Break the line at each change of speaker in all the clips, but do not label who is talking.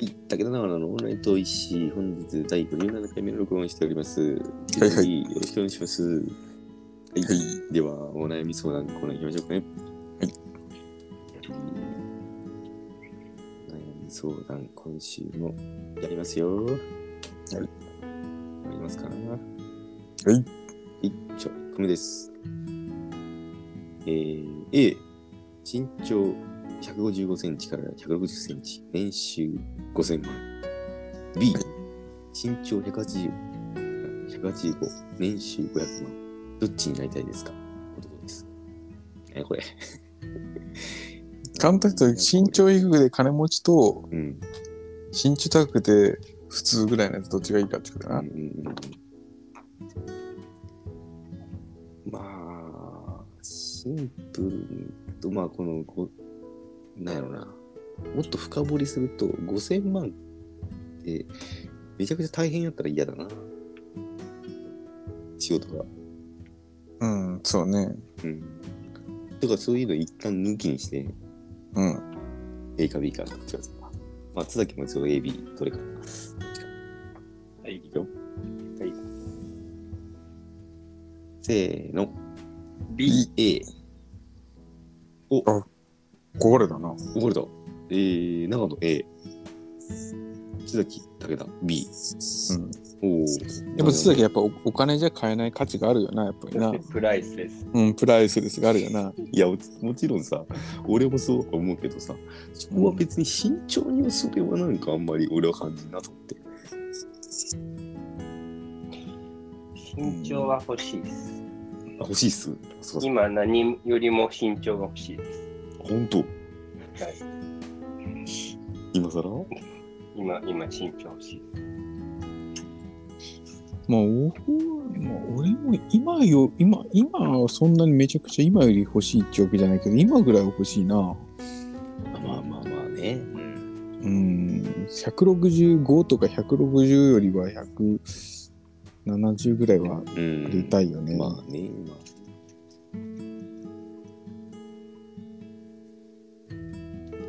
武田長野のオンラインと石、本日第57回目の録音をしております。はい
はい
よろしくお願いします。はい。
はい
では、お悩み相談コーナー行きましょうかね。
はい
えー。悩み相談、今週もやりますよ。はい。やりますかはいい。ちょ、1個目です。えー、A、身長155センチから160センチ、年収5000万。B、身長180、185、年収500万。どっちになりたいですか男です。え、これ。
簡単に言うと身長低くで金持ちと
うん。
身長高くて普通ぐらいのやつどっちがいいかってこと
うん
だ
うん
な。
うんまあ、シンプルにと、まあ、この、こなんやろな。もっと深掘りすると、5000万って、めちゃくちゃ大変やったら嫌だな。仕事が。
うん、そうね。
うん。とか、そういうの一旦抜きにして、
うん。
A か B か、どっちかですか。まあ、津崎も一応 A、B、どれか。どっちかはい、いくよ。はい。せーの。B、A。
ゴールだな。
ゴールド。えー、長野 A。津崎、武田 B。
うん。
おお。
やっぱ津崎やっぱおお金じゃ買えない価値があるよな、やっぱり な。
プライスです。
うん、プライスレスがあるよな。
いやもち、もちろんさ、俺もそうだと思うけどさ、そこは別に慎重にはそれはなんかあんまり俺は感じんなと思って。
身長は欲しいです。
あ、欲しいっす。そうそう。
今何よりも身長が欲しいです。
本当
はい、
今更
今、今身長欲しいで
まあ、おまあ俺も今よ、今、今はそんなにめちゃくちゃ今より欲しいってわけじゃないけど、今ぐらいは欲しいな。
あまあまあまあね。
す。うん。
うん、165とか160よりは170ぐらいは
うん。
出たいよね。
まあね、まあ。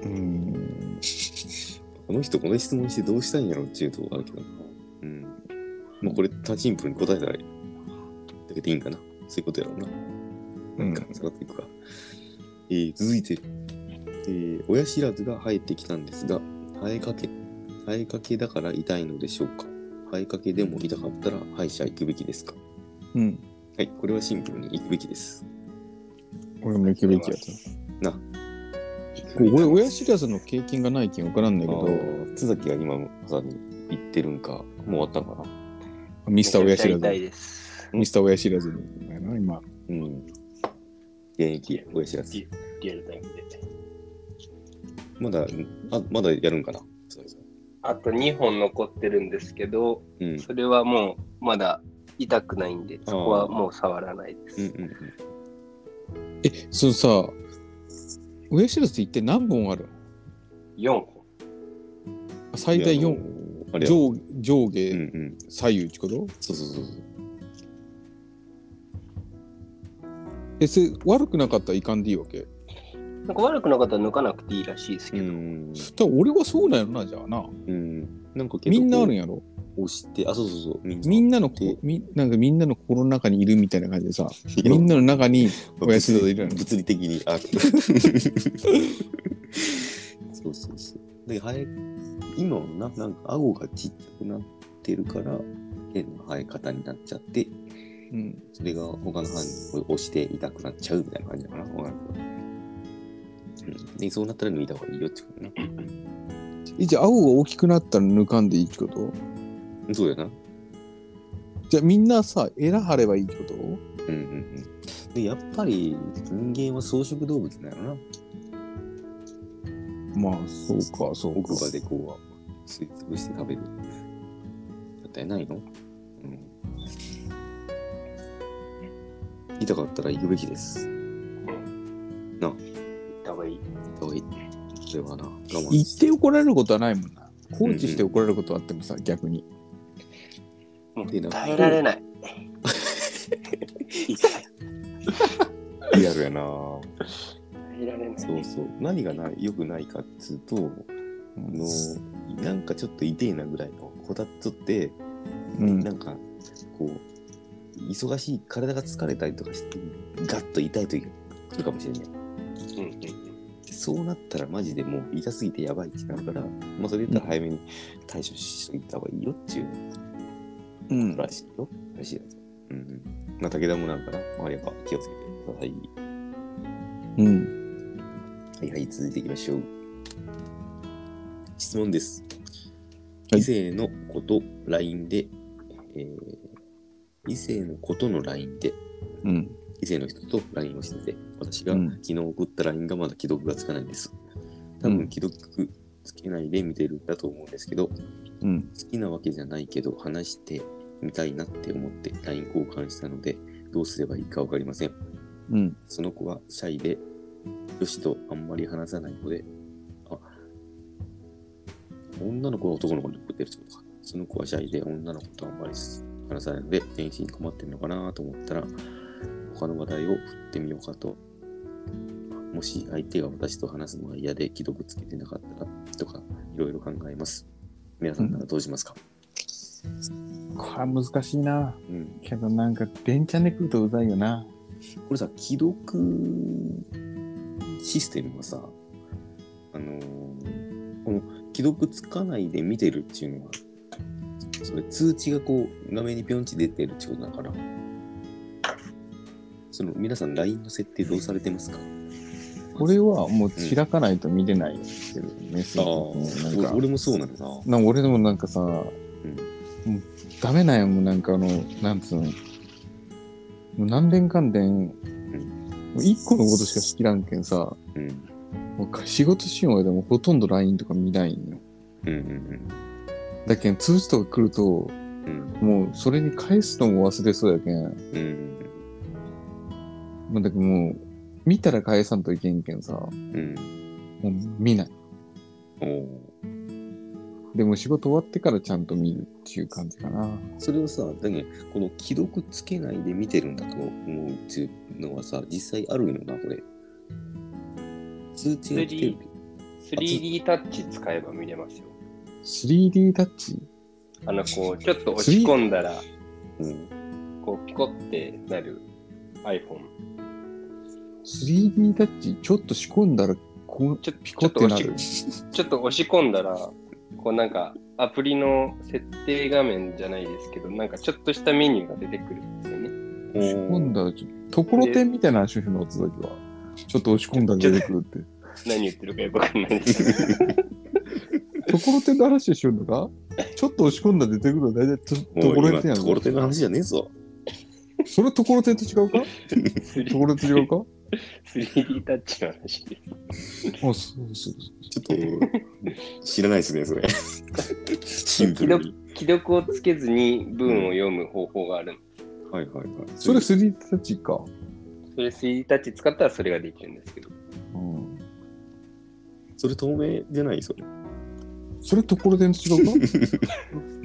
うん、
この人この質問してどうしたいんやろっていうとこあるけどな。うん。もうこれ、単シンプルに答えたらだけでいいんかな。そういうことやろうな。
うん
なんか、下がっていくか。えー続いて、えー親知らずが生えてきたんですが、生えかけ、生えかけだから痛いのでしょうか生えかけでも痛かったら歯医者行くべきですか
うん、
はい、これはシンプルに行くべきです。
俺も行くべきやと。俺、親知らずの経験がないけん分からんだけど
あ、ー津崎が今まさに行ってるんか、もう終わったんかな。
ミスター親知ら
めちゃくちゃ痛い
ず。
です。
ミスター親知らずだな、今。
うん。現役、親知らず。
リアルタイムで。
まだ、あまだやるんかな。そうそう
あと2本残ってるんですけど、
うん。
それはもうまだ痛くないんで、そこはもう触らないです。
うんうんうん。
え、そのさ、親知らずって一体何本ある
4本。
あ最大4、
あれや
上上
うん
下、
うん。
左右ってこと
そうそうそうそう。
え、それ悪くなかったらいかんでいいわけ。
なんか悪くなかったら抜かなくていいらしいです
う
けど、
ん。
多分俺はそうなんやろな、じゃあ
う
な。
ん。なんかけど
みんなあるん
や。
やろ
押して、あ、そうそうそう。みん
みんなの
で
こみなんかみんなの心の中にいるみたいな感じでさ、
いや
みんなの中に 親知らずいるの
物理的に。あ そうそうそう。で、生え、今はな、なんか顎がちっちゃくなってるから、変な生え方になっちゃって、
うん、
それが他の歯に押して痛くなっちゃうみたいな感じかな。わかんないけどうん、でそうなったら抜いた方がいいよってことね。
えじゃあ青が大きくなったら抜かんでいいってこと
そうだよな。
じゃあみんなさエラ張ればいいってこと
うんうんうん。で、やっぱり人間は草食動物だよな。
まあそうかそうか
奥歯でこう、吸い潰して食べる。だったらないのうん。痛かったら行くべきです。
行った方がいい。
行った方がいい。それはな、我慢
言っ
して
て怒られることはないもんな放置して怒られることはあってもさ、逆に
も
でな
う 耐えられない。痛い。
リアルやな。
耐えられない。
そうそう。何がなよくないかっつうと、の、なんかちょっと痛えなぐらいのこたつって、
うん
なんか、こう、忙しい、体が疲れたりとかして、ガッと痛い時が来るかもしれない。
うん
でそうなったらマジでもう痛すぎてやばいってなるから、まあ、それだったら早めに対処しといた方がいいよっていう
うん
らしいよ。らしいやつ。うんうん。まあ、武田もなんかな、あれば気をつけてください。
うん
はいはい、続いていきましょう。質問です。
はい
異性のこと LINE で、えー異性のことの LINE で、
うん
異性の人と LINE をしてて、私が
うん
昨日送った LINE がまだ既読がつかないんです。多
う
分
ん
既読つけないで見てるんだと思うんですけど、好
うん
きなわけじゃないけど、話してみたいなって思って LINE 交換したので、どうすればいいかわかりません。
うん
その子はシャイで、女子とあんまり話さないので、あ、女の子は男の子に怒ってるってことか。その子はシャイで、女の子とあんまり話さないので、返信に困ってるのかなと思ったら、他の話題を振ってみようかと。もし相手が私と話すのが嫌で既読つけてなかったらとか、いろいろ考えます。皆さんならどうしますか、
これは難しいな
うん、
けどなんか電車で来るとうざいよな
これさ、既読システムはさ、あのーこの既読つかないで見てるっていうのは、それ通知がこう画面にピョンチ出てるってことだから、その皆さん LINE の設定どうされてますか
これはもう開かないと見れないようにしてるメッセ
ああ
ージ、
お
なんか
俺もそうなのさ。は
なんか俺でもなんかさ、もうダメなんやもうなんかあのなんつうのもう何年かんでんもう一個のことしか知らんけんさ
うん。
もう仕事しようでもほとんど LINE とか見ないんよ
うんうん
だけん通知とか来ると
うん。うん
もうそれに返すのも忘れそうやけん
うん
もうだけどもう見たら返さんといけんけんさも
うんうん。
う見ない
おー
でも仕事終わってからちゃんと見るっていう感じかな
それをさ、だけどこの既読つけないで見てるんだと思うっていうのはさ、実際あるよな、これ。通知が来てる。
3D タッチ使えば見れますよ。
3D タッチ
あの、こう、ちょっと押し込んだら、
うん。
こう、ピコってなる iPhone。
3D タッチちょっと仕込んだらこう
ちょ
ピ
ち
コ
ょ
っ
っと
てな
押
る
し、ちょっと押し込んだら、こうなんか、アプリの設定画面じゃないですけど、なんかちょっとしたメニューが出てくるんですよね。
押し込んだらちょところてんみたいな主婦の音だけはちょっと押し込んだら出てくるって
何言ってるかよくわかんないですけど。
ところてんの話をしよるのかちょっと押し込んだら出てくるのは大体ととこ
おい
ろ
今
てんや
ところてんの
ん
話じゃねえぞ。
それところてんと 違うかところてん違うか
3D タッチの話です。
あそうそうそう
ちょっと、知らないですね、 それ。シンプルに。
既読をつけずに文を読む方法があるの。
はいはいはい。
それ 3D タッチか、
それ 3D タッチ使ったらそれができるんですけど。
うん、
それ透明じゃないそれ。
それところてんと違 うか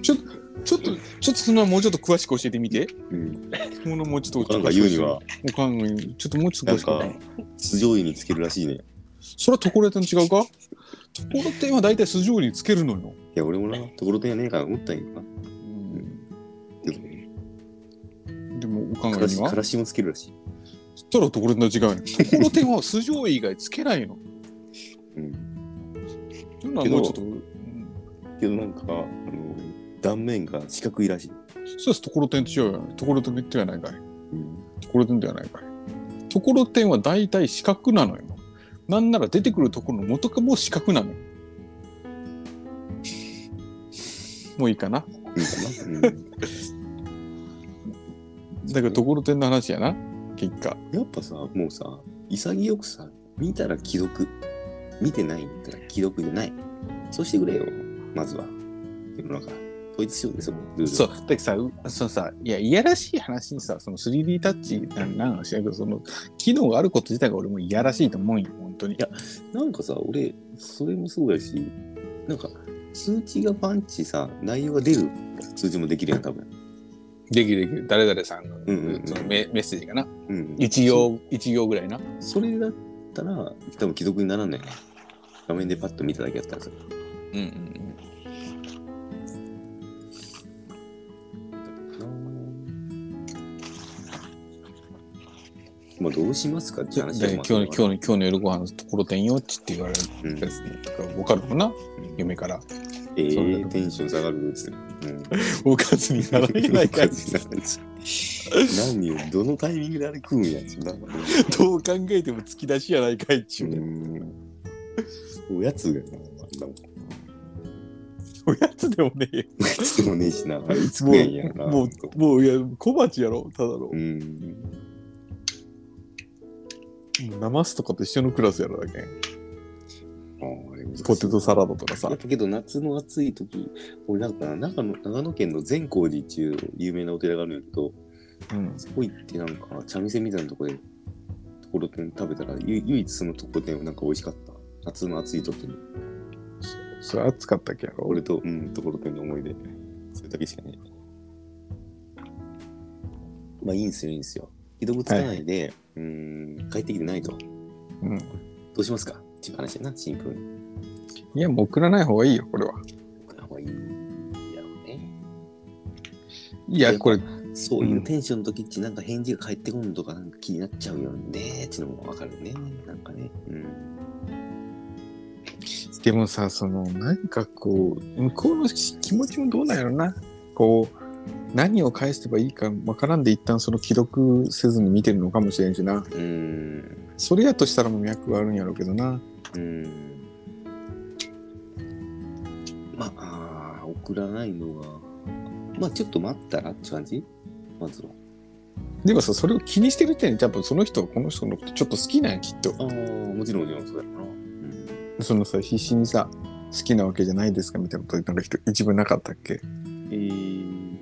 ちょっとちょっとちょっとそんなもうちょっと詳しく教えてみて
うん。
ものもうちょっと
なんか言うには、
おかんが言うちょっともうちょっと詳しく
なんか素性につけるらしいね。い
それはところてんと違うかところてんは大体素性につけるのよ。
や、俺もな、ところてんやねえから思ったんやけどな。でも
でも、お
か
考え
ら
に
し、
は
か。らしもつけるらしい。
そしたらところてんと違うの。ところてんは素性以外つけないの。
うん。
そんな
け
ん
ど
もうちょっと。うん
けどなんか、あの、断面が四角いらしい。
そうです、ところてんと違うよ。ところてんではないかい。
うん。
ところてんではないかい。ところてんは大体四角なのよ。なんなら出てくるところの元かも四角なのよ。もういいかな。
うんかな。うん
だからところてんの話やな。結果。
やっぱさ、もうさ、潔くさ、見たら既読。見てないんだったら既読じゃない。そうしてくれよ、まずは。世の中、統一しようで、そこ、ルール。
そう、だけどさ、うそのさ、いや、いやらしい話にさ、その 3D タッチなんなんか知らんけど、その、機能があること自体が俺もいやらしいと思うんよ、本当に。
やなんかさ、俺、それもそうやし、なんか、通知がパンチさ、内容が出る通知もできるやん、多分。
できるできる。誰々さんの,、
んうんうん
そのメメッセージかな。
うん。
一行、一行ぐらいな。
そ。それだったら、多分既読にならんのよね。画面でパッと見ただけやったらさ。うんうんうん。まあどうしますかって
で今
話
日の、今日
日
の、今日の夜ご飯のところてんよっちって言われる
うん
やつとか、わかるもんな、夢から。
ええ
そうだよ
テンション下がるやつ。うん
おかずにならない感じ。
何をどのタイミングであれ食うんやつだ。
どう考えても突き出しやないかいっちゅう
う
ね。
んおやつがな、あんなもん
おやつでもねえよ。
おやつでもねえしな。いつ
も
食えんやろ
う、
な。
もう、もう、いや、小鉢やろ、ただの。も
うん。
うナマスとかと一緒のクラスやろだけん。
あーあれ難しい
ポテトサラダとかさ
やっ。ぱけど夏の暑い時、俺なんか長野長野県の善光寺っていう有名なお寺があるんやけど、
うん。
そこ行ってなんか茶店みたいなとこでところてん食べたらゆ唯一そのところてんはなんか美味しかった。夏の暑い時に
それ暑かったっけやろ。
俺とうんところてんの思い出。それだけしかねえ。まあいいんすよいいんすよ。既読つかないで、うーん帰ってきてないと。ど
うん。
うしますかっていう話やな、シンプルに。
いや、もう送らない方がいいよ、これは。
送らん方がいいやろうね。
いや、これ、
そういううんテンションの時ってなんか返事が返ってこんのとかなんか気になっちゃうよねっていうのもわかるね。なんかね。うん。
でもさ、その、なんかこう、向こうの気持ちもどうなんやろな。こう、何を返せばいいかわからんで、一旦その既読せずに見てるのかもしれんしな。
うーん。
それやとしたらもう脈があるんやろうけどな。
うーん。まあ、あー送らないのは、まあちょっと待ったらって感じまずは。
でもさ、それを気にしてる時点で、多分その人はこの人のことちょっと好きなんや、きっと。
ああ、もちろんもちろんそうやな。うん。
そのさ、必死にさ、好きなわけじゃないですかみたいなこと、なんか人一文なかったっけ
えー、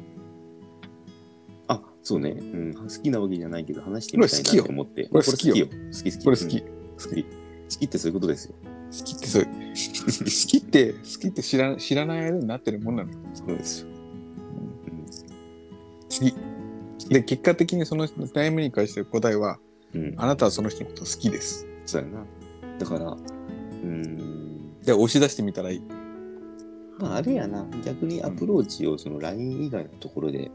あ、そうね、うん。好きなわけじゃないけど話してみたいなって思って。
これ好きよ
これ好きよ。好き好き。
これ好き。
うん
好
好き。好きってそういうことですよ。
きってそう。好きって、好きって知ら知らない間になってるもんなの。
そうですよ。
次。で、結果的にその悩みに関して答えは、
うん。うん
あなたはその人のこと好きです。
そうやな。だから、うーん、
で、押し出してみたらいい。
まあ、あれやな、逆にアプローチをその LINE 以外のところで、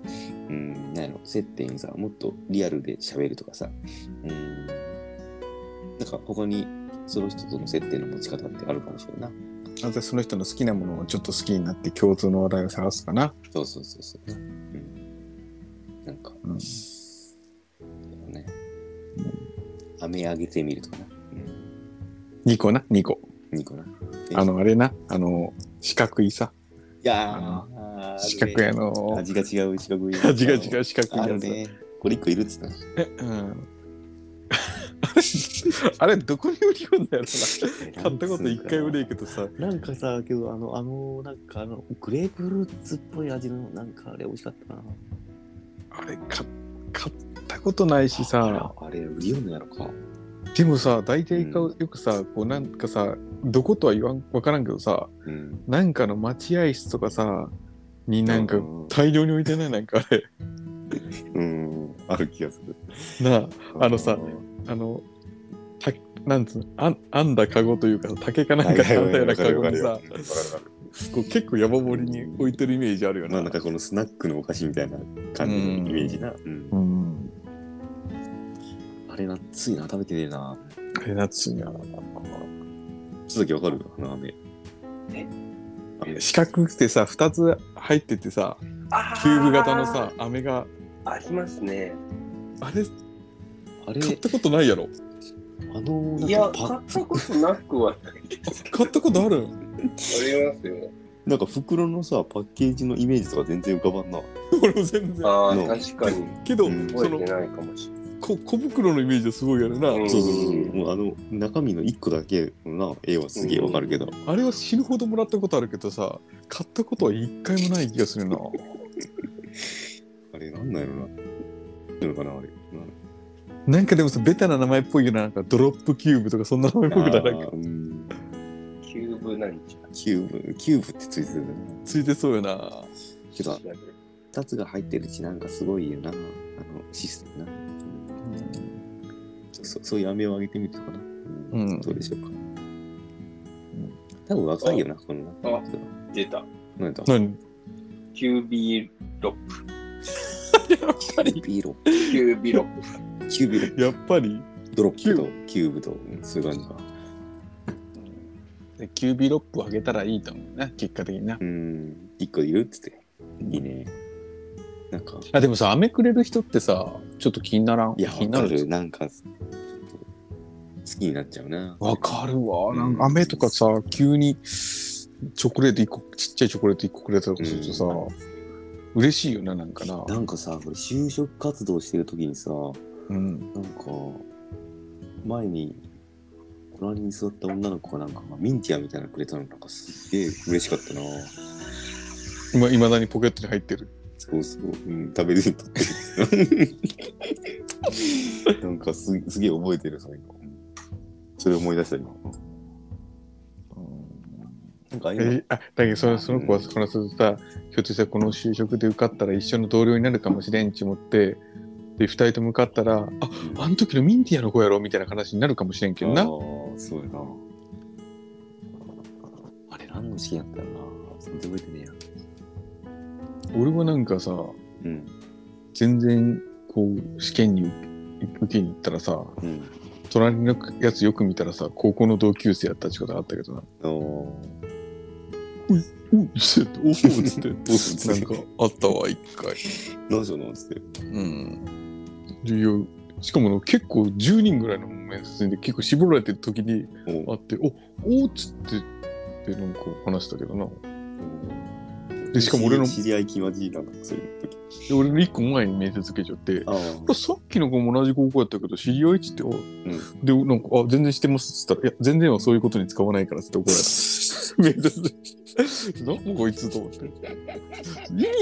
うん、なんやろ、接点にさ、もっとリアルで喋るとかさ、うん、なんか他にその人との接点の持ち方ってあるかもしれんな。
あとその人の好きなものをちょっと好きになって共通の話題を探すかな。
そうそうそうそう。うん、なんか、
うん
そうね、飴あげてみるとかな。
2個な、2個。
ニコな。
あの、あれな、あの、四角いさ、
いやー
あ
あるね
四角やの。
味が違う、四角い。
味が違う四角
あ
いや
る
つ。
ね。これ一個いるっつったな。
うん。 あれ、どこに売り込んだやろな。買ったこと一回もねえけどさ。
なんかさ、けど、あの、あの、なんか、あの、グレープフルーツっぽい味の、なんか、あれ、美味しかったな。
あれ、か買ったことないしさ。
あれ、売りよんのやろか。
でもさ、大体買うよくさ、こうなんかさ、どことは言わん、わからんけどさ、
うん。
なんかの待合室とかさ、になんか
うん
大量に置いてない なんかあれ。
うん、ある気がする。
なあ、あのさ、あの、たなんつうの、あん編んだカゴというか、竹かなんか編んだようなカゴにさ、こう結構山盛りに置いてるイメージあるよ
まあ、
な
なん。かこのスナックのお菓子みたいな感じのイメージな。うん
うん。
あれ、ついな、食べてねえな。
あれ夏には
鈴木わかるあの飴。
四角くてさ2つ入っててさキューブ型のさ飴が
ありますね。
あれ
あ
買っ
れ、
たことないやろ
あの、
い
な
や
ん、か
買
パ
ったことなくはないですけど。
買ったことある
ありますよ。
なんか袋のさ、パッケージのイメージとか全然浮かばんな。
俺も全然
ああ、
No
確かに。
けど、
うん
そ
覚
の
えてないかもしれない。
こ小袋のイメージはすごいやるな、
うん
そうそうそう。もうあの、中身の1個だけのな、絵はすげえわかるけど。
あれは死ぬほどもらったことあるけどさ買ったことは一回もない気がするな
あれ、なんなんやろな。なのかな、あれ。
なんかでもさベタな名前っぽいよななんかドロップキューブとかそんな名前っぽくないなんか
うん
キューブなんち
キューブ、キューブってついてるよな。
ついてそうよな
け
ゃ
ど、
ら。
2つが入ってるし、なんかすごいよな。あの、システムな。そそういう飴をあげてみるとかな。
うん
どうでしょうか。多分若いよな、こんな。
あ出た。
なんだ
何
キュービーロッ
キュービーロ。
プ。キュービーロップ。
キュービーロ。
やっぱり
ドロップとキューブと、うんそういう感じか。
でキュービーロップを上げたらいいと思うね、結果的にな
う。ん、一個いるっつって。いいね。なんか、
あ、でもさ、飴くれる人ってさ、ちょっと気にならん。
いや、
気
わ
にな
かる。。なんか、ちょっと好きになっちゃうな。
わかるわ。なん
う
か
ん
飴とかさ、急にチョコレート一個、ちっちゃいチョコレート一個くれたりとかするとさ、嬉しいよな、なんかな。
なんかさ、これ就職活動してる時にさ、
うん。
なんか、前に、隣に座った女の子がなんか、ミンティアみたいなのくれたの、なんかすっげえ嬉しかったな。
今、いまだにポケットに入ってる。
そうそう、うん、食べるにとって。 なんかすすげえ覚えてる、それ今。それ思い出した今。なんかああいうの
えあだけどそのその子はその人とさ、ひょっとしたらこの就職で受かったら一緒の同僚になるかもしれんち思ってで二人とも受かったらああの時のミンティアの子やろみたいな話になるかもしれんけど
あ
な
ーそうやな。あれ何のシーンやったらな。全然覚えてねえや。
俺はなんかさ
うん。
全然こう試験に受受けに行ったらさ
うん。
隣のやつよく見たらさ高校の同級生やったってことがあったけどな
あの
「 おっ」つって「おっ」つって
ー、
なんかあったわ一回
何しようのっつって。
うんいやしかもな結構10人ぐらいの面接で結構絞られてる時に
もう
あって、おおーっつって、で、なんか話したけどな。でしかも俺の
知り合い気まじいな、なんかそういう時。
で、俺の一個前に面接受けちゃって、
ああ。
あさっきの子も同じ高校やったけど、知り合いっつって、あ
ん
で、なんか、あ、全然してますっつったら、いや、全然はそういうことに使わないからっ つって怒られた。面接で、なんこいつと思って。い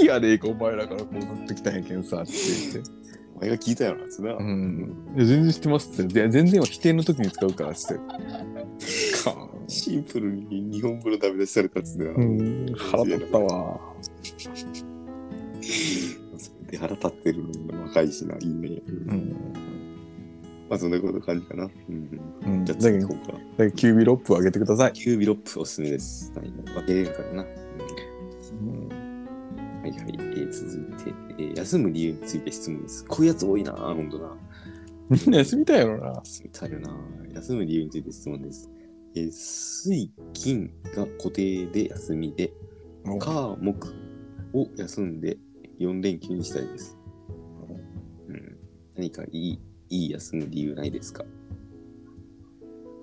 いやねえか、お前らからこうなってきたんやけんさ、って言って。
お前が聞いたよな、つな。
うん。いや、全然してますっつって、で全然は否定の時に使うからっつって。 か
シンプルに日本語のダメ出しされたっつってな。
うん、腹立ったわ。
それで腹立ってるのも若いしな、いいね。
うん。
まあそんなこと感じかな。うん。
うん、
じ
だ
ゃあ次
けど
行、こうか。
だけどキュービーロップを上げてください。
キュービロップおすすめです。はい、分けれるからな。うんはいはい。えー続いて、えー休む理由について質問です。こういうやつ多いな、ほんとな。
みんな休みたいやろな。
休みたいよな。休む理由について質問です。えー水、金が固定で休みで、火、木を休んで4連休にしたいです。うん、何かいい、いい休む理由ないですか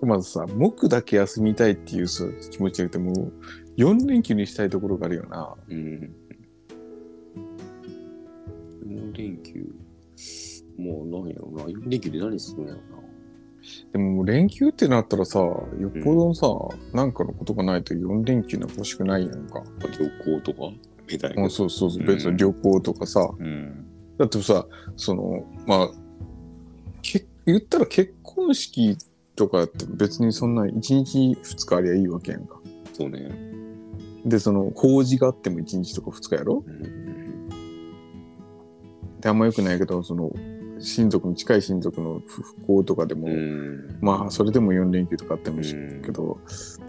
まずさ、木だけ休みたいっていうそう気持ちじゃなくて、もう4連休にしたいところがあるよな。
うん。4連休。もう何やろな。4連休で何するんやろ
でももう連休ってなったらさ、よっぽどのさ、なんかのことがないと4連休の欲しくないやんか。
な。旅行とかみたい
も
な
う。そうそうそう、
うん
別に旅行とかさ。
うん。
だってさ、その、まあ、け言ったら結婚式とかって別にそんな1日2日ありゃいいわけやんか。
そうね。
で、その法事があっても1日とか2日やろ
うん。
であんま良くないけどその親族の近い親族の不不幸とかでも、
うん。
まあそれでも4連休とかあってもいいし
うん
けど、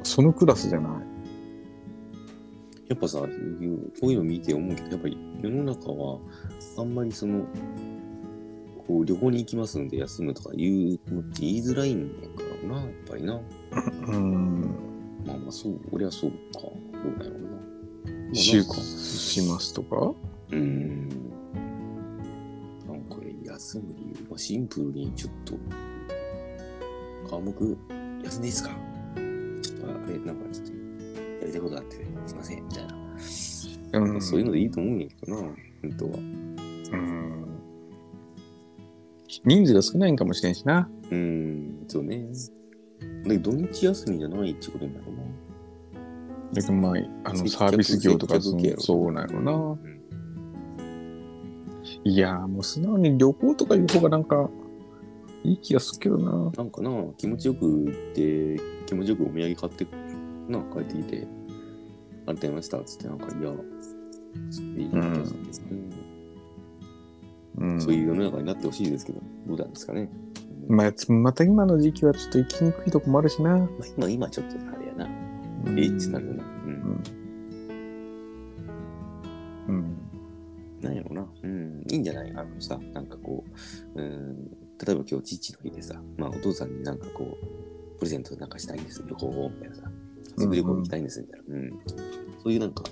そのクラスじゃない
やっぱさ、こういうの見て思うけど、やっぱり世の中は、あんまりその、こう旅行に行きますんで休むとか言うのって言いづらいんだからな、やっぱりな。
うん
まあまあ、そう、俺はそうか。どうだろうな。まあ
就活しますとか
うーん。なんか休む理由、まあ、シンプルにちょっと、科目、休んでいいですかちょっとあれ、なんかちょっと、やりたいことがあって、すいません、みたいな。
うん
そういうのでいいと思うんやけどな、本当は。
うん人数が少ないんかもしれんしな
うーん、そうね。で、土日休みじゃないってことになるな。
だけどまああの
接客
サービス業とか
接
そ
客系やろ
そうなの
うん
な、いやーもう素直に旅行とかいう方がなんかいい気がするけどな
なんかな、気持ちよく行って、気持ちよくお土産買って、な、帰ってきて、あれ食べました、つって、なんか、いや、それでいい気がするんですけどね。
うん
そういう世の中になってほしいですけど、どうなんですかね。
まあ、つまた今の時期はちょっと行きにくいとこもあるしな。
まあ、今、今ちょっとあれやな。えいってなるよな。うん。
うん。
なんやろうな。うん。いいんじゃないあのさ、なんかこう、うん、例えば今日父の日でさ、まあお父さんになんかこう、プレゼントなんかしたいんです、旅行を、みたいなさ、遊び旅行行きたいんです、みたいな。うん。そういうなんか、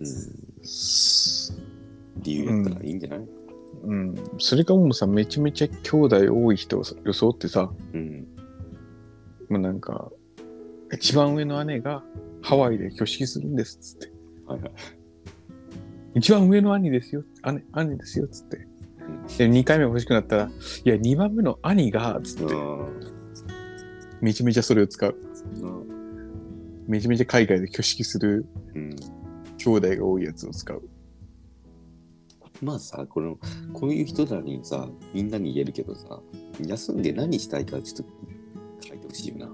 うん、理由やったらいいんじゃない
うん。それかもうさ、めちゃめちゃ兄弟多い人をさ装ってさ、
うん。
もうなんか、一番上の姉がハワイで挙式するんですっつって。
はいはい。
一番上の兄ですよ、姉、兄ですよっつって。で、2回目欲しくなったら、いや、2番目の兄が、つって、めちゃめちゃそれを使う。
うん。
めちゃめちゃ海外で挙式する
うん。
兄弟が多いやつを使う。
まあさ、この、こういう人らにさ、みんなに言えるけどさ、休んで何したいかちょっと書いてほしいよな。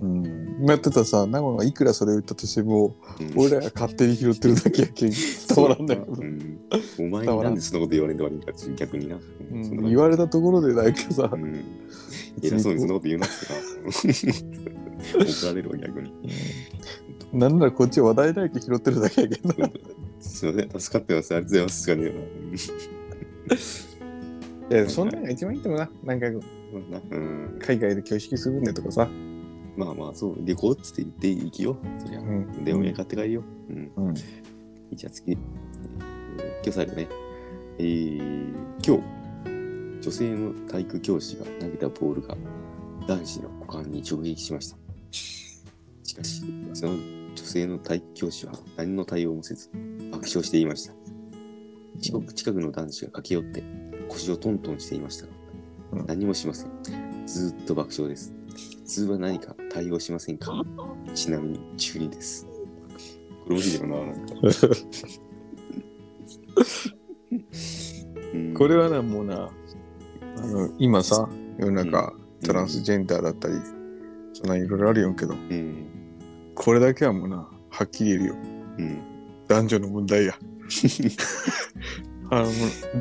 うん。まあ、たださ、名古屋はいくらそれを言ったとしても、
うん
俺らが勝手に拾ってるだけやけん、伝わらんだよ。
うん、お前になんでそんなこと言われんで悪いんだって逆にな。
う
そん
ん、
な
言われたところでなんかさ、
うん、偉そうにそんなこと言うなってな。怒られるわ、逆に。
なんならこっち話題だけ拾ってるだけやけどな。
すいません、助かってます。ありがとうございます。
いや、そんなんが一番いいと思うな。なんか、
そうやな。うん、
海外で挙式するんでとかさ。
まあまあ、そう、旅行っつって言って行きよう。そりゃ
う。ん。
で、お土産買って帰るよ。うん。
うん。
じゃあ次。えー今日最後ね。えー、今日、女性の体育教師が投げたボールが男子の股間に直撃しました。しかし、その女性の体育教師は何の対応もせず、爆笑していました。近く近くの男子が駆け寄って腰をトントンしていましたが
うん、
何もしません。ずーっと爆笑です。普通は何か対応しませんかちなみに12です。これ面白いよな、なん か。うん
これはな、もうな、あの、今さ、世の中、トランスジェンダーだったり、そんないろいろあるよんけど、
うん。
これだけはもうな、はっきり言えるよ。
うん。
男女の問題 や。あの、もう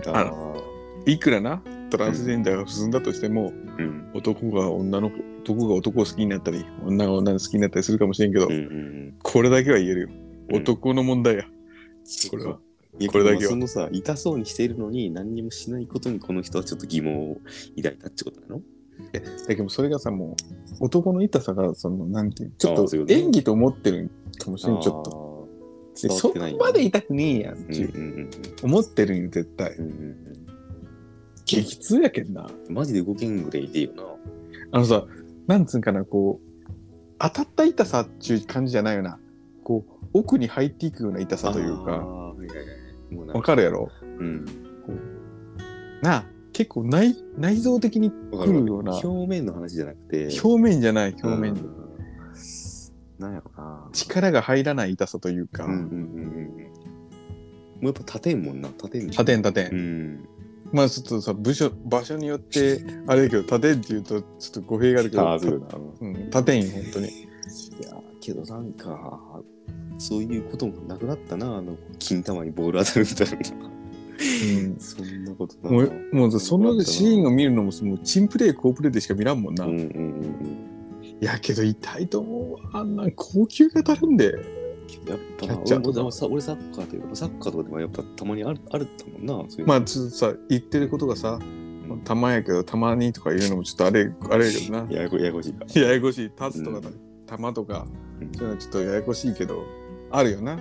あの
あ。
いくらな、トランスジェンダーが進んだとしても、
うん。
男が女の子、男が男を好きになったり、女が女の好きになったりするかもしれんけど、
うんうん
これだけは言えるよ。
うん
男の問題や。
うん。
これは。
いや。
これだけは
でもそのさ、痛そうにしているのに何にもしないことにこの人はちょっと疑問を抱いたってことなの
だけどそれがさ、もう、男の痛さが、その、なんていうちょ
あ
っ
ーそういう
と
ことね
演技と思ってるかもしれん、ちょっと。
と。
で
伝わ
そ
ってない
こ
よ
まで痛くねえやんっ
うん
て
う
い
ん
う、思ってるんよ絶対
うんうんうん
激痛やけんな
うん。マジで5件ぐらいいてよな。
あのさなんつうんかなこう当たった痛さっていう感じじゃないよなこう奥に入っていくような痛さという
あー
か
はいはいはい。もうなん
わかるやろ
うん。
なあ結構内内臓的に
わかるわ
来るような
表面の話じゃなくて、
表面じゃない表面、
うん。なんやろな。
力が入らない痛さというか、
うんうんうんうん。もうやっぱ立てんもんな。立てん。
立てん立てん、
うん。
まあちょっとさ部署場所によってあれだけど立てんっていうとちょっと語弊があるけど
ああ、そうだな。
うん、立てんよ本当に
いやーけどなんかそういうこともなくなったなあの金玉にボール当たるみたいな、
うん
そんなことな
もうもうさそのシーンを見るのももうチンプレー好プレーでしか見らんもんな、
うん
い
うんうん
やけど痛いと思うわあんなん高級が足るんで
うんやっぱ
キャッチャ
俺
ー
も
とか
俺もさ俺サッカーというかサッカーとかでもやっぱたまにあるあるったもんなそういう
ま
あ
あちょっとさ言ってることがさたまやけどたまにとか言うのもちょっとあれあれやけどな
ややこややこしいか
ややこしい立つとか
う
たまとか
うん
そういうのちょっとややこしいけどあるよな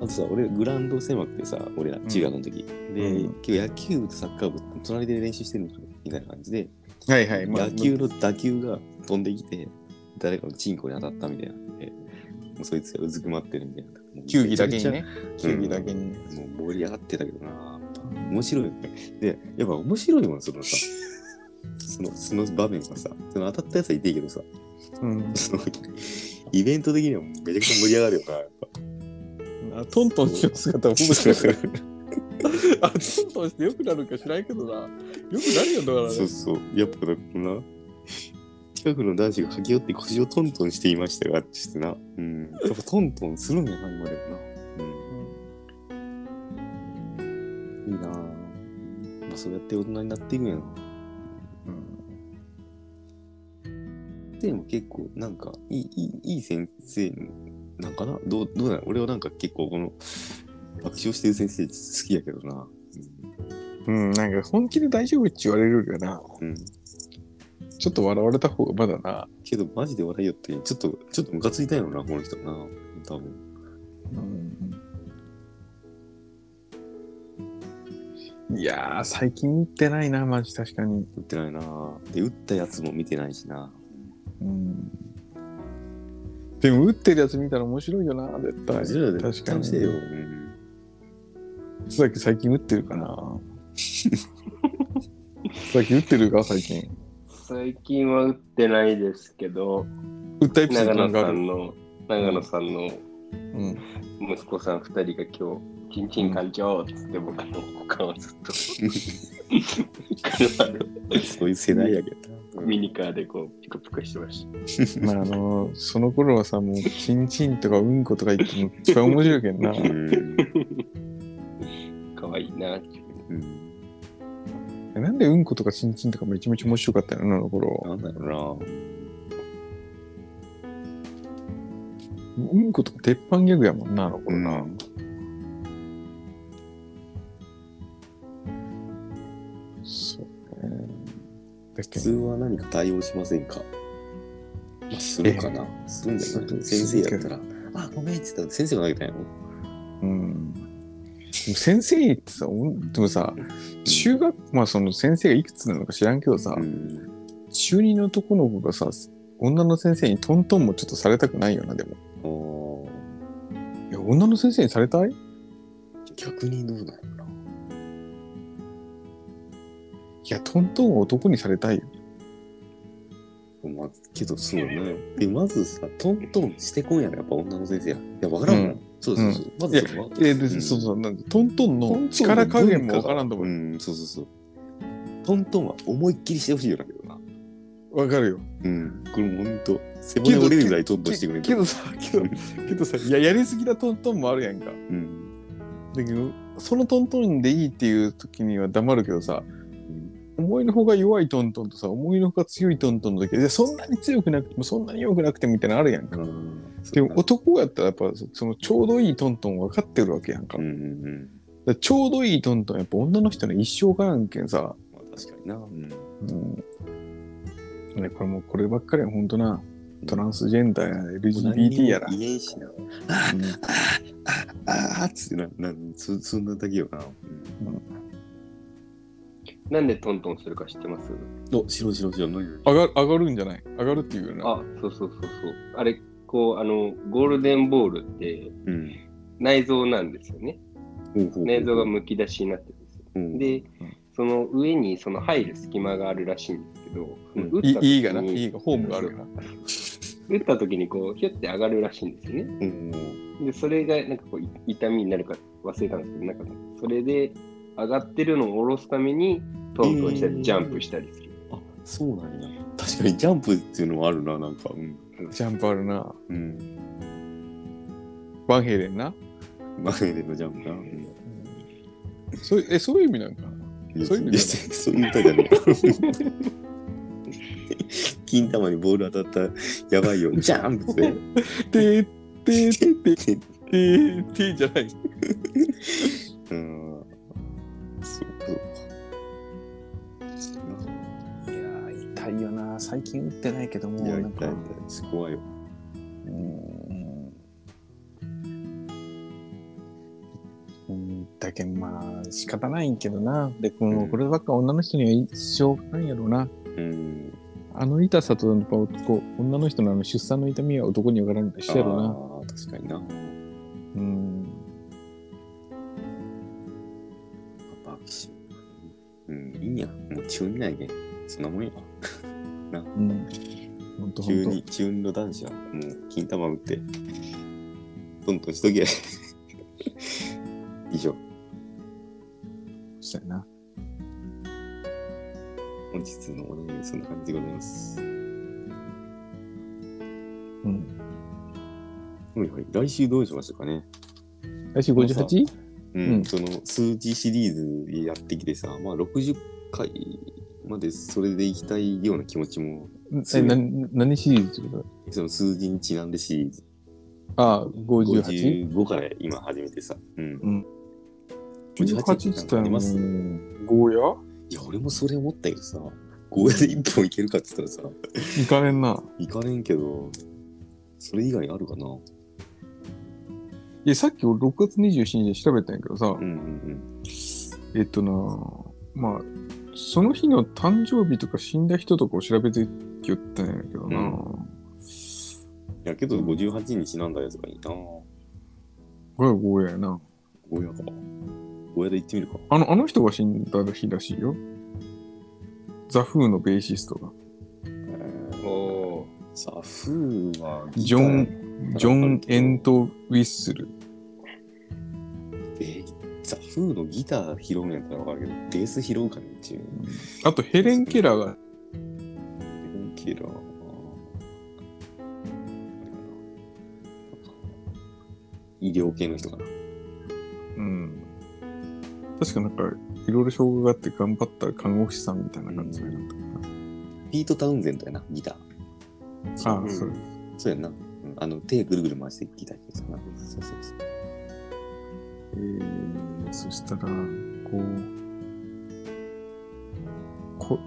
あとさ俺グラウンド狭くてさ俺ら中学の時、で、
うん
結構野球部とサッカー部隣で練習してるのかみたいな感じで、
はいはいまあ
野球の打球が飛んできて誰かのチンコに当たったみたいなでもうそいつがうずくまってるみたいな
球技だけにね球技だけに、
もう盛り上がってたけどな。面白いよね。で、やっぱ面白いもん、そのさ、そのその場面はさ、その当たったやつはいていいけどさ、
うん、
そのイベント的にはめちゃくちゃ盛り上がるよ な、やっぱ。
あトントンしてる姿面白いあトントンしてよくなるか知らんけどなよくなるよだからね
そうそう。やっぱこんな、近くの男子が駆け寄って腰をトントンしていましたが、ちょっとな。うん。やっぱトントンするんやな、今でもな。うん。いいなぁ。まあ、そうやって大人になっていくんやな。
うん
生も結構なんかいいいいいい先生なんかなどうどうなの俺はなんか結構この爆笑してる先生好きやけどな。
うん、なんか本気で大丈夫って言われるよりはな、
うん、うん
ちょっと笑われた方がまだな、
けどマジで笑いよってちょっとちょっとムカついたよなこの人な多分
いやー、最近打ってないな、マジ確かに。
打ってないなで打ったやつも見てないしな
うん。でも打ってるやつ見たら面白いよな、絶対。
ジロで
確かに。
してよ、うん
須崎最近打ってるかな須崎打ってるか最近。
最近は打ってないですけど、
打ったエピソード
長
なん
野
かあ
さ
る。
んの、長野さんの
うん。
息子さん2人が今日、チンチン感情っつって僕の股間をずっと車で、
そういう世代やけどなうん
ミニカーでこう、ピクピクしてました。
まああの、その頃はさ、もう、チンチンとかうんことか言っても一番面白いけどな。
うん
可愛いなって。
うん
なんでうんことかチンチンとかめちゃめちゃ面白かったのあの頃。
なんだろうな
うんことか鉄板ギャグやもんな、あの頃な。そうね。だ
普
け
通
ど
は何か対応しませんかするかなするんじゃない
す
先
る
生やったら、あ、ごめんって言ったら先生が投げたんやろ
うん。でも先生ってさ、おんでもさ、中学、まあその先生がいくつなのか知らんけどさ、
うん
中二の男の子がさ、女の先生にトントンもちょっとされたくないよな、でも。
おー
いや、女の先生にされたい
逆にどうなんやろない
や、トントンは男にされたいよ。
まあ、けどそうね。で、まずさ、トントンしてこんやろ、やっぱ女の先生や。いや、わからんもん。
うん
そうそうそう。まずそ
え、で、
うん
そうそう、なんでトントン
ト
の
ントンの
力加減もわからんと
う
思う。
ん、そうそうそう。トントンは思いっきりしてほしいよなけどな。
わ、かるよ。
うん。これもうほんと、背骨折れるぐらいトントンしてくれる。
けどさ、けど、けどさ、いや、やりすぎたトントンもあるやんか。
うん。
だけど、そのトントンでいいっていう時には黙るけどさ、
うん
思いの方が弱いトントンとさ思いの方が強いトントンの時でそんなに強くなくてもそんなに弱くなくてもみたいなのあるやん
あ
か、
ー
でも
そう
男やったらやっぱそのちょうどいいトントン分かってるわけやんか,、
だなうんうんうん。
ちょうどいいトントンやっぱ女の人の一生があんけんさ、
まあ、確かにな。うん。
うん、ねこれもうこればっかりは本当なトランスジェンダーやら LGBT やら、
何にも言えんしな。
うん
あーっつってな、なんそそんなだけよな。うん
なんでトントンするか知ってます
お、白白白、何々
上がる上がるんじゃない上がるっていうよな
あ、そうそうそうそう。あれ、こう、あの、ゴールデンボールって
うん。
内臓なんですよね。
ほうほうほう
内臓がむき出しになってるんですよ。
うん
で、その上にその入る隙間があるらしいんですけど、その
うん
打った時
いいがな、
に
いいが、ホームがあるよな。
打った時にこう、ひゅって上がるらしいんですよ
う
ね。
ん。
で、それがなんかこう、い痛みになるか忘れたんですけど、なんか、それで上がってるのを下ろすために、トントンした
えー
り、ジャンプしたりする。
あ、そうなんや。確かにジャンプっていうのもあるな、なんか。うん。
ジャンプあるな。
うん。
バンヘイレンな。
マネでのジャンプな。うん
そういうえそういう意味なんかな。そういうのじゃない
や そういう歌じゃねえ。金玉にボール当たったやばいよ。ジャンプって。
てててててててじゃない。
うん。そう
いやー痛いよな。最近打ってないけども
か。いや、痛
な
い
んか
痛い。怖いよ。
うーんうんだけどまあ仕方ないけどな。でこの
うん
こればっか女の人には一生ないやろうな。
うん。
あの痛さとやっぱこう女の人のあの出産の痛みは男には分からんの一緒やろうな。
あー確かにな。
うん
爆笑。うん、いいや。もう中二ないで。そんなもんや。
うん。ほんとほ
中
んと
二、中二の男子は、もう、金玉打って、トントンしとけ。以上。
そうやな。
本日のお悩み、そんな感じでございます。
うん。
はいはい。来週どうしましたかね。
来週 58?
うん。
うん
その、数字シリーズやってきてさ、まあ、60回までそれでいきたいような気持ちも
え、な、何シリーズってこと
その数字にちなんでシリーズ。
ああ、58?
55から今始めてさ。うん。
58って言ったら
あります
ゴーヤ
いや、俺もそれ思ったけどさ、ゴーヤで一本いけるかって言ったらさ、
いかれんな。
いかねんけど、それ以外あるかな。う
いや、さっき俺6月27日で調べたんやけどさ、
んうん
えっとな、まあ、その日の誕生日とか死んだ人とかを調べてきよったんやけどな。
うんうん。いやけど58にちなんだやつがいいな。ゴ
これはゴーヤやな。
ーヤか。ゴーヤで行ってみるか。
あの、あの人が死んだ日らしいよ。ザ・フーのベーシストが。
え
おお
ー、さあ、フーは、
ジョン、ジョン・エント・ウィッスル。
えーザ・フーのギター拾うんやったらわかるけど、ベース拾うかねっていう。
あとヘレン・ケラーが、
キラー。医療系の人かな。
うん。確かなんか、いろいろ障害があって頑張った看護師さんみたいな感じになったか
ピート・タウンゼントやな、ギター。
な。
う
あ
ん
あ、そう。
そうやんな。うんあの、手ぐるぐる回してギター弾いてたな。そうそうそう。
えー、そしたら、こう、こ、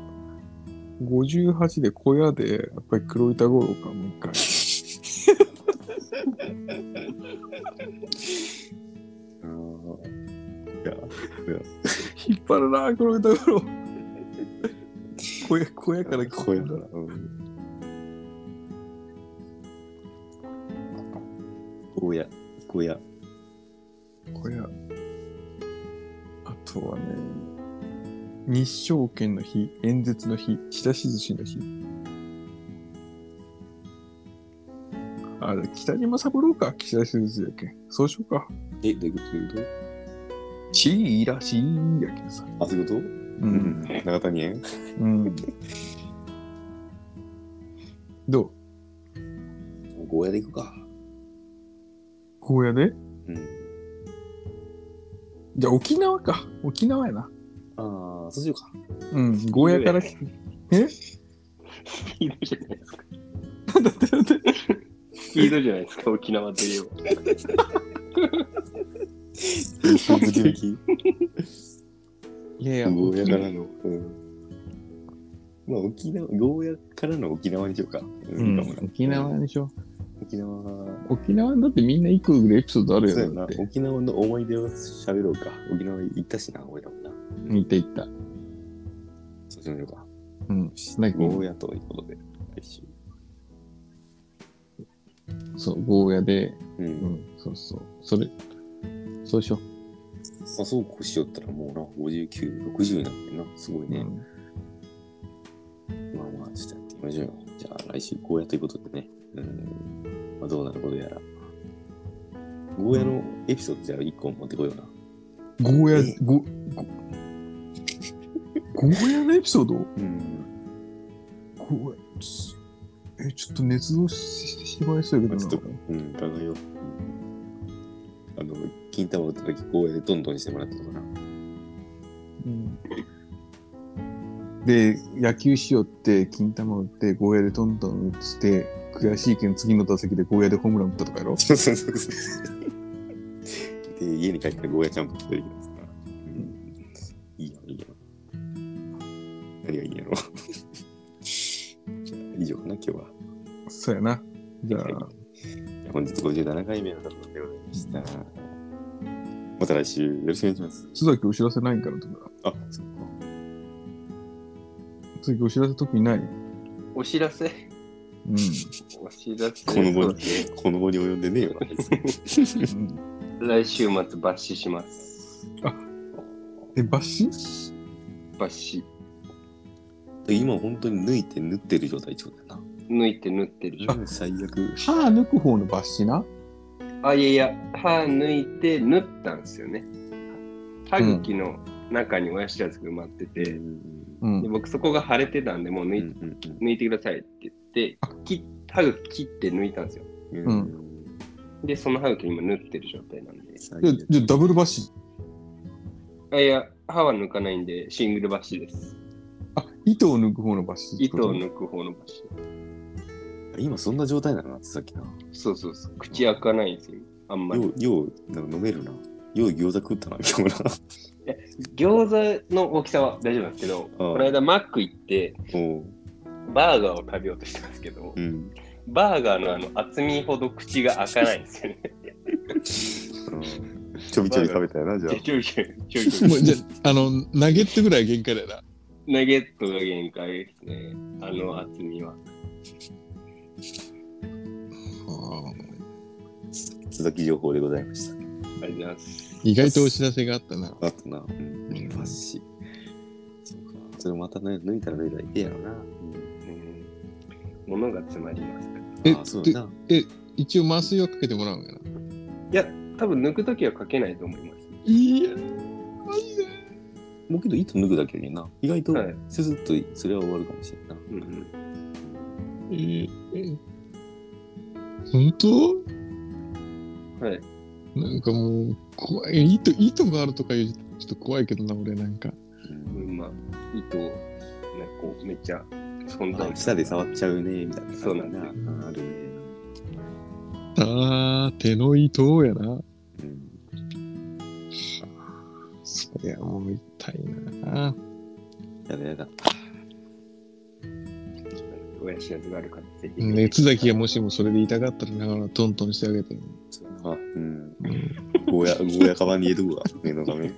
58で小屋で、やっぱり黒板五郎か、もう一回。
あー
引っ張るな、黒板五郎。 小屋、小屋から
こうやから。
ら。
うん。こうや、こうや。
小屋。あとはね、日照券の日、演説の日、ちらし寿司の日。あれ、北島三郎か、ちらし寿司やけん。そうしようか。
え、どういうことどういう
ちらしやけんさ。
ことあ、そういうこと
う
う。ん。長谷園
うん。どう
ゴーヤで行くか。
ゴーヤで
うん。
じゃあ沖縄か。沖縄やな。
ああ、そうしようか。
うん。ゴーヤから来て。え
スピードじゃないですか。 スピードじゃないですか、沖縄といえば。
ドキド キ。
いやい
ゴーヤからの。うん。まあ、沖縄、ゴーヤからの沖縄にしようか。う
うんん
いいかもな
沖縄でしょ。
沖縄。
沖縄だってみんな行くエピソードある
そうや
よだ
な
っ。て。
沖縄の思い出を喋ろうか。沖縄行ったしな、俺らもな。
行った行った。
そうしましょうか。
うん。なんか
ゴーヤということで、来週。
そう、ゴーヤで、
う。
うんん、そうそう。それ、そうしよ。
あ、そうこうしよったらもうな、59、60なんてな。すごいうね。
うん
まあまあ、ちょっとやってみましょうよ。じゃあ、来週ゴーヤということでね。うん。まあ、どうなることやら。ゴーヤのエピソードじゃあ1個持ってこような。
ゴー
え
ヤ、ゴ、ゴゴーヤのエピソード
うん。
ゴーヤ、ちえ、ちょっと捏造ししてしまいそうやけど
ちょ
な。
っと、うん、考えよう。あの、金玉打った時、ゴーヤでどんどんしてもらったとかな。
うんで、野球しよって、金玉打って、ゴーヤでトントン打ちて、悔しいけん次の打席でゴーヤでホームラン打ったとかやろ
そうそうそうそう。で、家に帰ったらゴーヤチャンプしてるじゃないですか。いいよ、いいよ。何がいいんやろ。じゃあ以上かな、今日は。
そうやな。じゃあ、
じゃあ本日57回目の担当でございました。また来週よろしくお願いします。
須崎お知らせないんからとか。
あ、そっか。
須崎お知らせ特にない。うん。
お知らせお知らせ。
この後に、この後に及んでねえよな。
来週末、抜歯します。
え、バシ
抜歯。
で 今本当に抜いて縫ってる状態ってことだよ
抜いて縫ってる。
な。最悪。
歯抜く方のバシな
あ、いやいや、歯抜いて縫ったんですよね。歯茎の中に親知らずが埋まってて、
うん
う
で
ん。
僕そこが腫れてたんで、もう抜
う
い,、
ん
抜いてくださいって言って、切歯茎切って抜いたんですよ。
うん
う
で、その歯茎今縫ってる状態なんで。
最
じゃ
悪
じゃダブルバシ。
あいや、歯は抜かないんで、シングルバッシです。
糸を抜く方の抜糸ってこ
糸
と
を抜く方の場所。
今そんな状態なのなってさっきな。
そうそうそう。口開かないんですよ。あんまり。
よう、よう、なんか飲めるな。よう餃子食ったな、今日な。
餃子の大きさは大丈夫なんですけど、この間マック行って、
おう。
バーガーを食べようとしたんですけど、
うん。
バーガーのあの厚みほど口が開かないんですよね。
うんちょびちょび食べたよな、じゃあ。
ちょいちょいちょい ちょい
もうじゃあ、あの、ナゲットぐらい限界だよな。
ナゲットが限界ですね。あの厚みは。
続き情報でございました。
ありがとうございます。
意外とお知らせがあったな。
あとな、うん、
うん
マジ。そうか。それまたね、抜いたら抜いたらいけやろな。うん
うん物が詰まりますから。
え
ああ、そうだな。
一応麻酔はかけてもらうんやな。
いや、多分抜くときはかけないと思います。
いやマジで
もうけど糸脱ぐだけやけんな。意外と
はい、
ススッとそれは終わるかもしれんな。
うんうん、
ええ本当
はい。
なんかもう、怖い。糸、糸があるとかいう、ちょっと怖いけどな、俺なんか。
うん
うん、まあ、糸を、なんかこう、めっちゃ存在
あ舌で触っちゃうねみたいな
そうなんですよ
ああるね、
あー、手の糸やな。
うん、
そりゃもう痛いな。
やだやだ
親知らずがあるから、ぜひ。
熱崎がもしもそれで痛かったら、だからトントンしてあげて。
あうんゴーヤゴーヤカバンに入れとくわ目の画面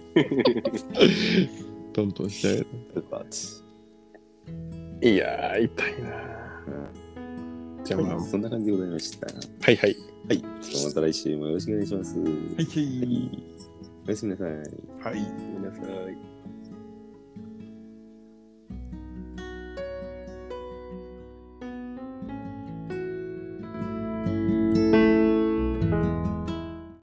トントンしてあげて。いやー、痛いな。じゃあまあ、は
そんな感じでございましたはい
はい。
いまた来週もよろしくお願いします、
はい
おやすみなさい
はい。
ごめんなさい。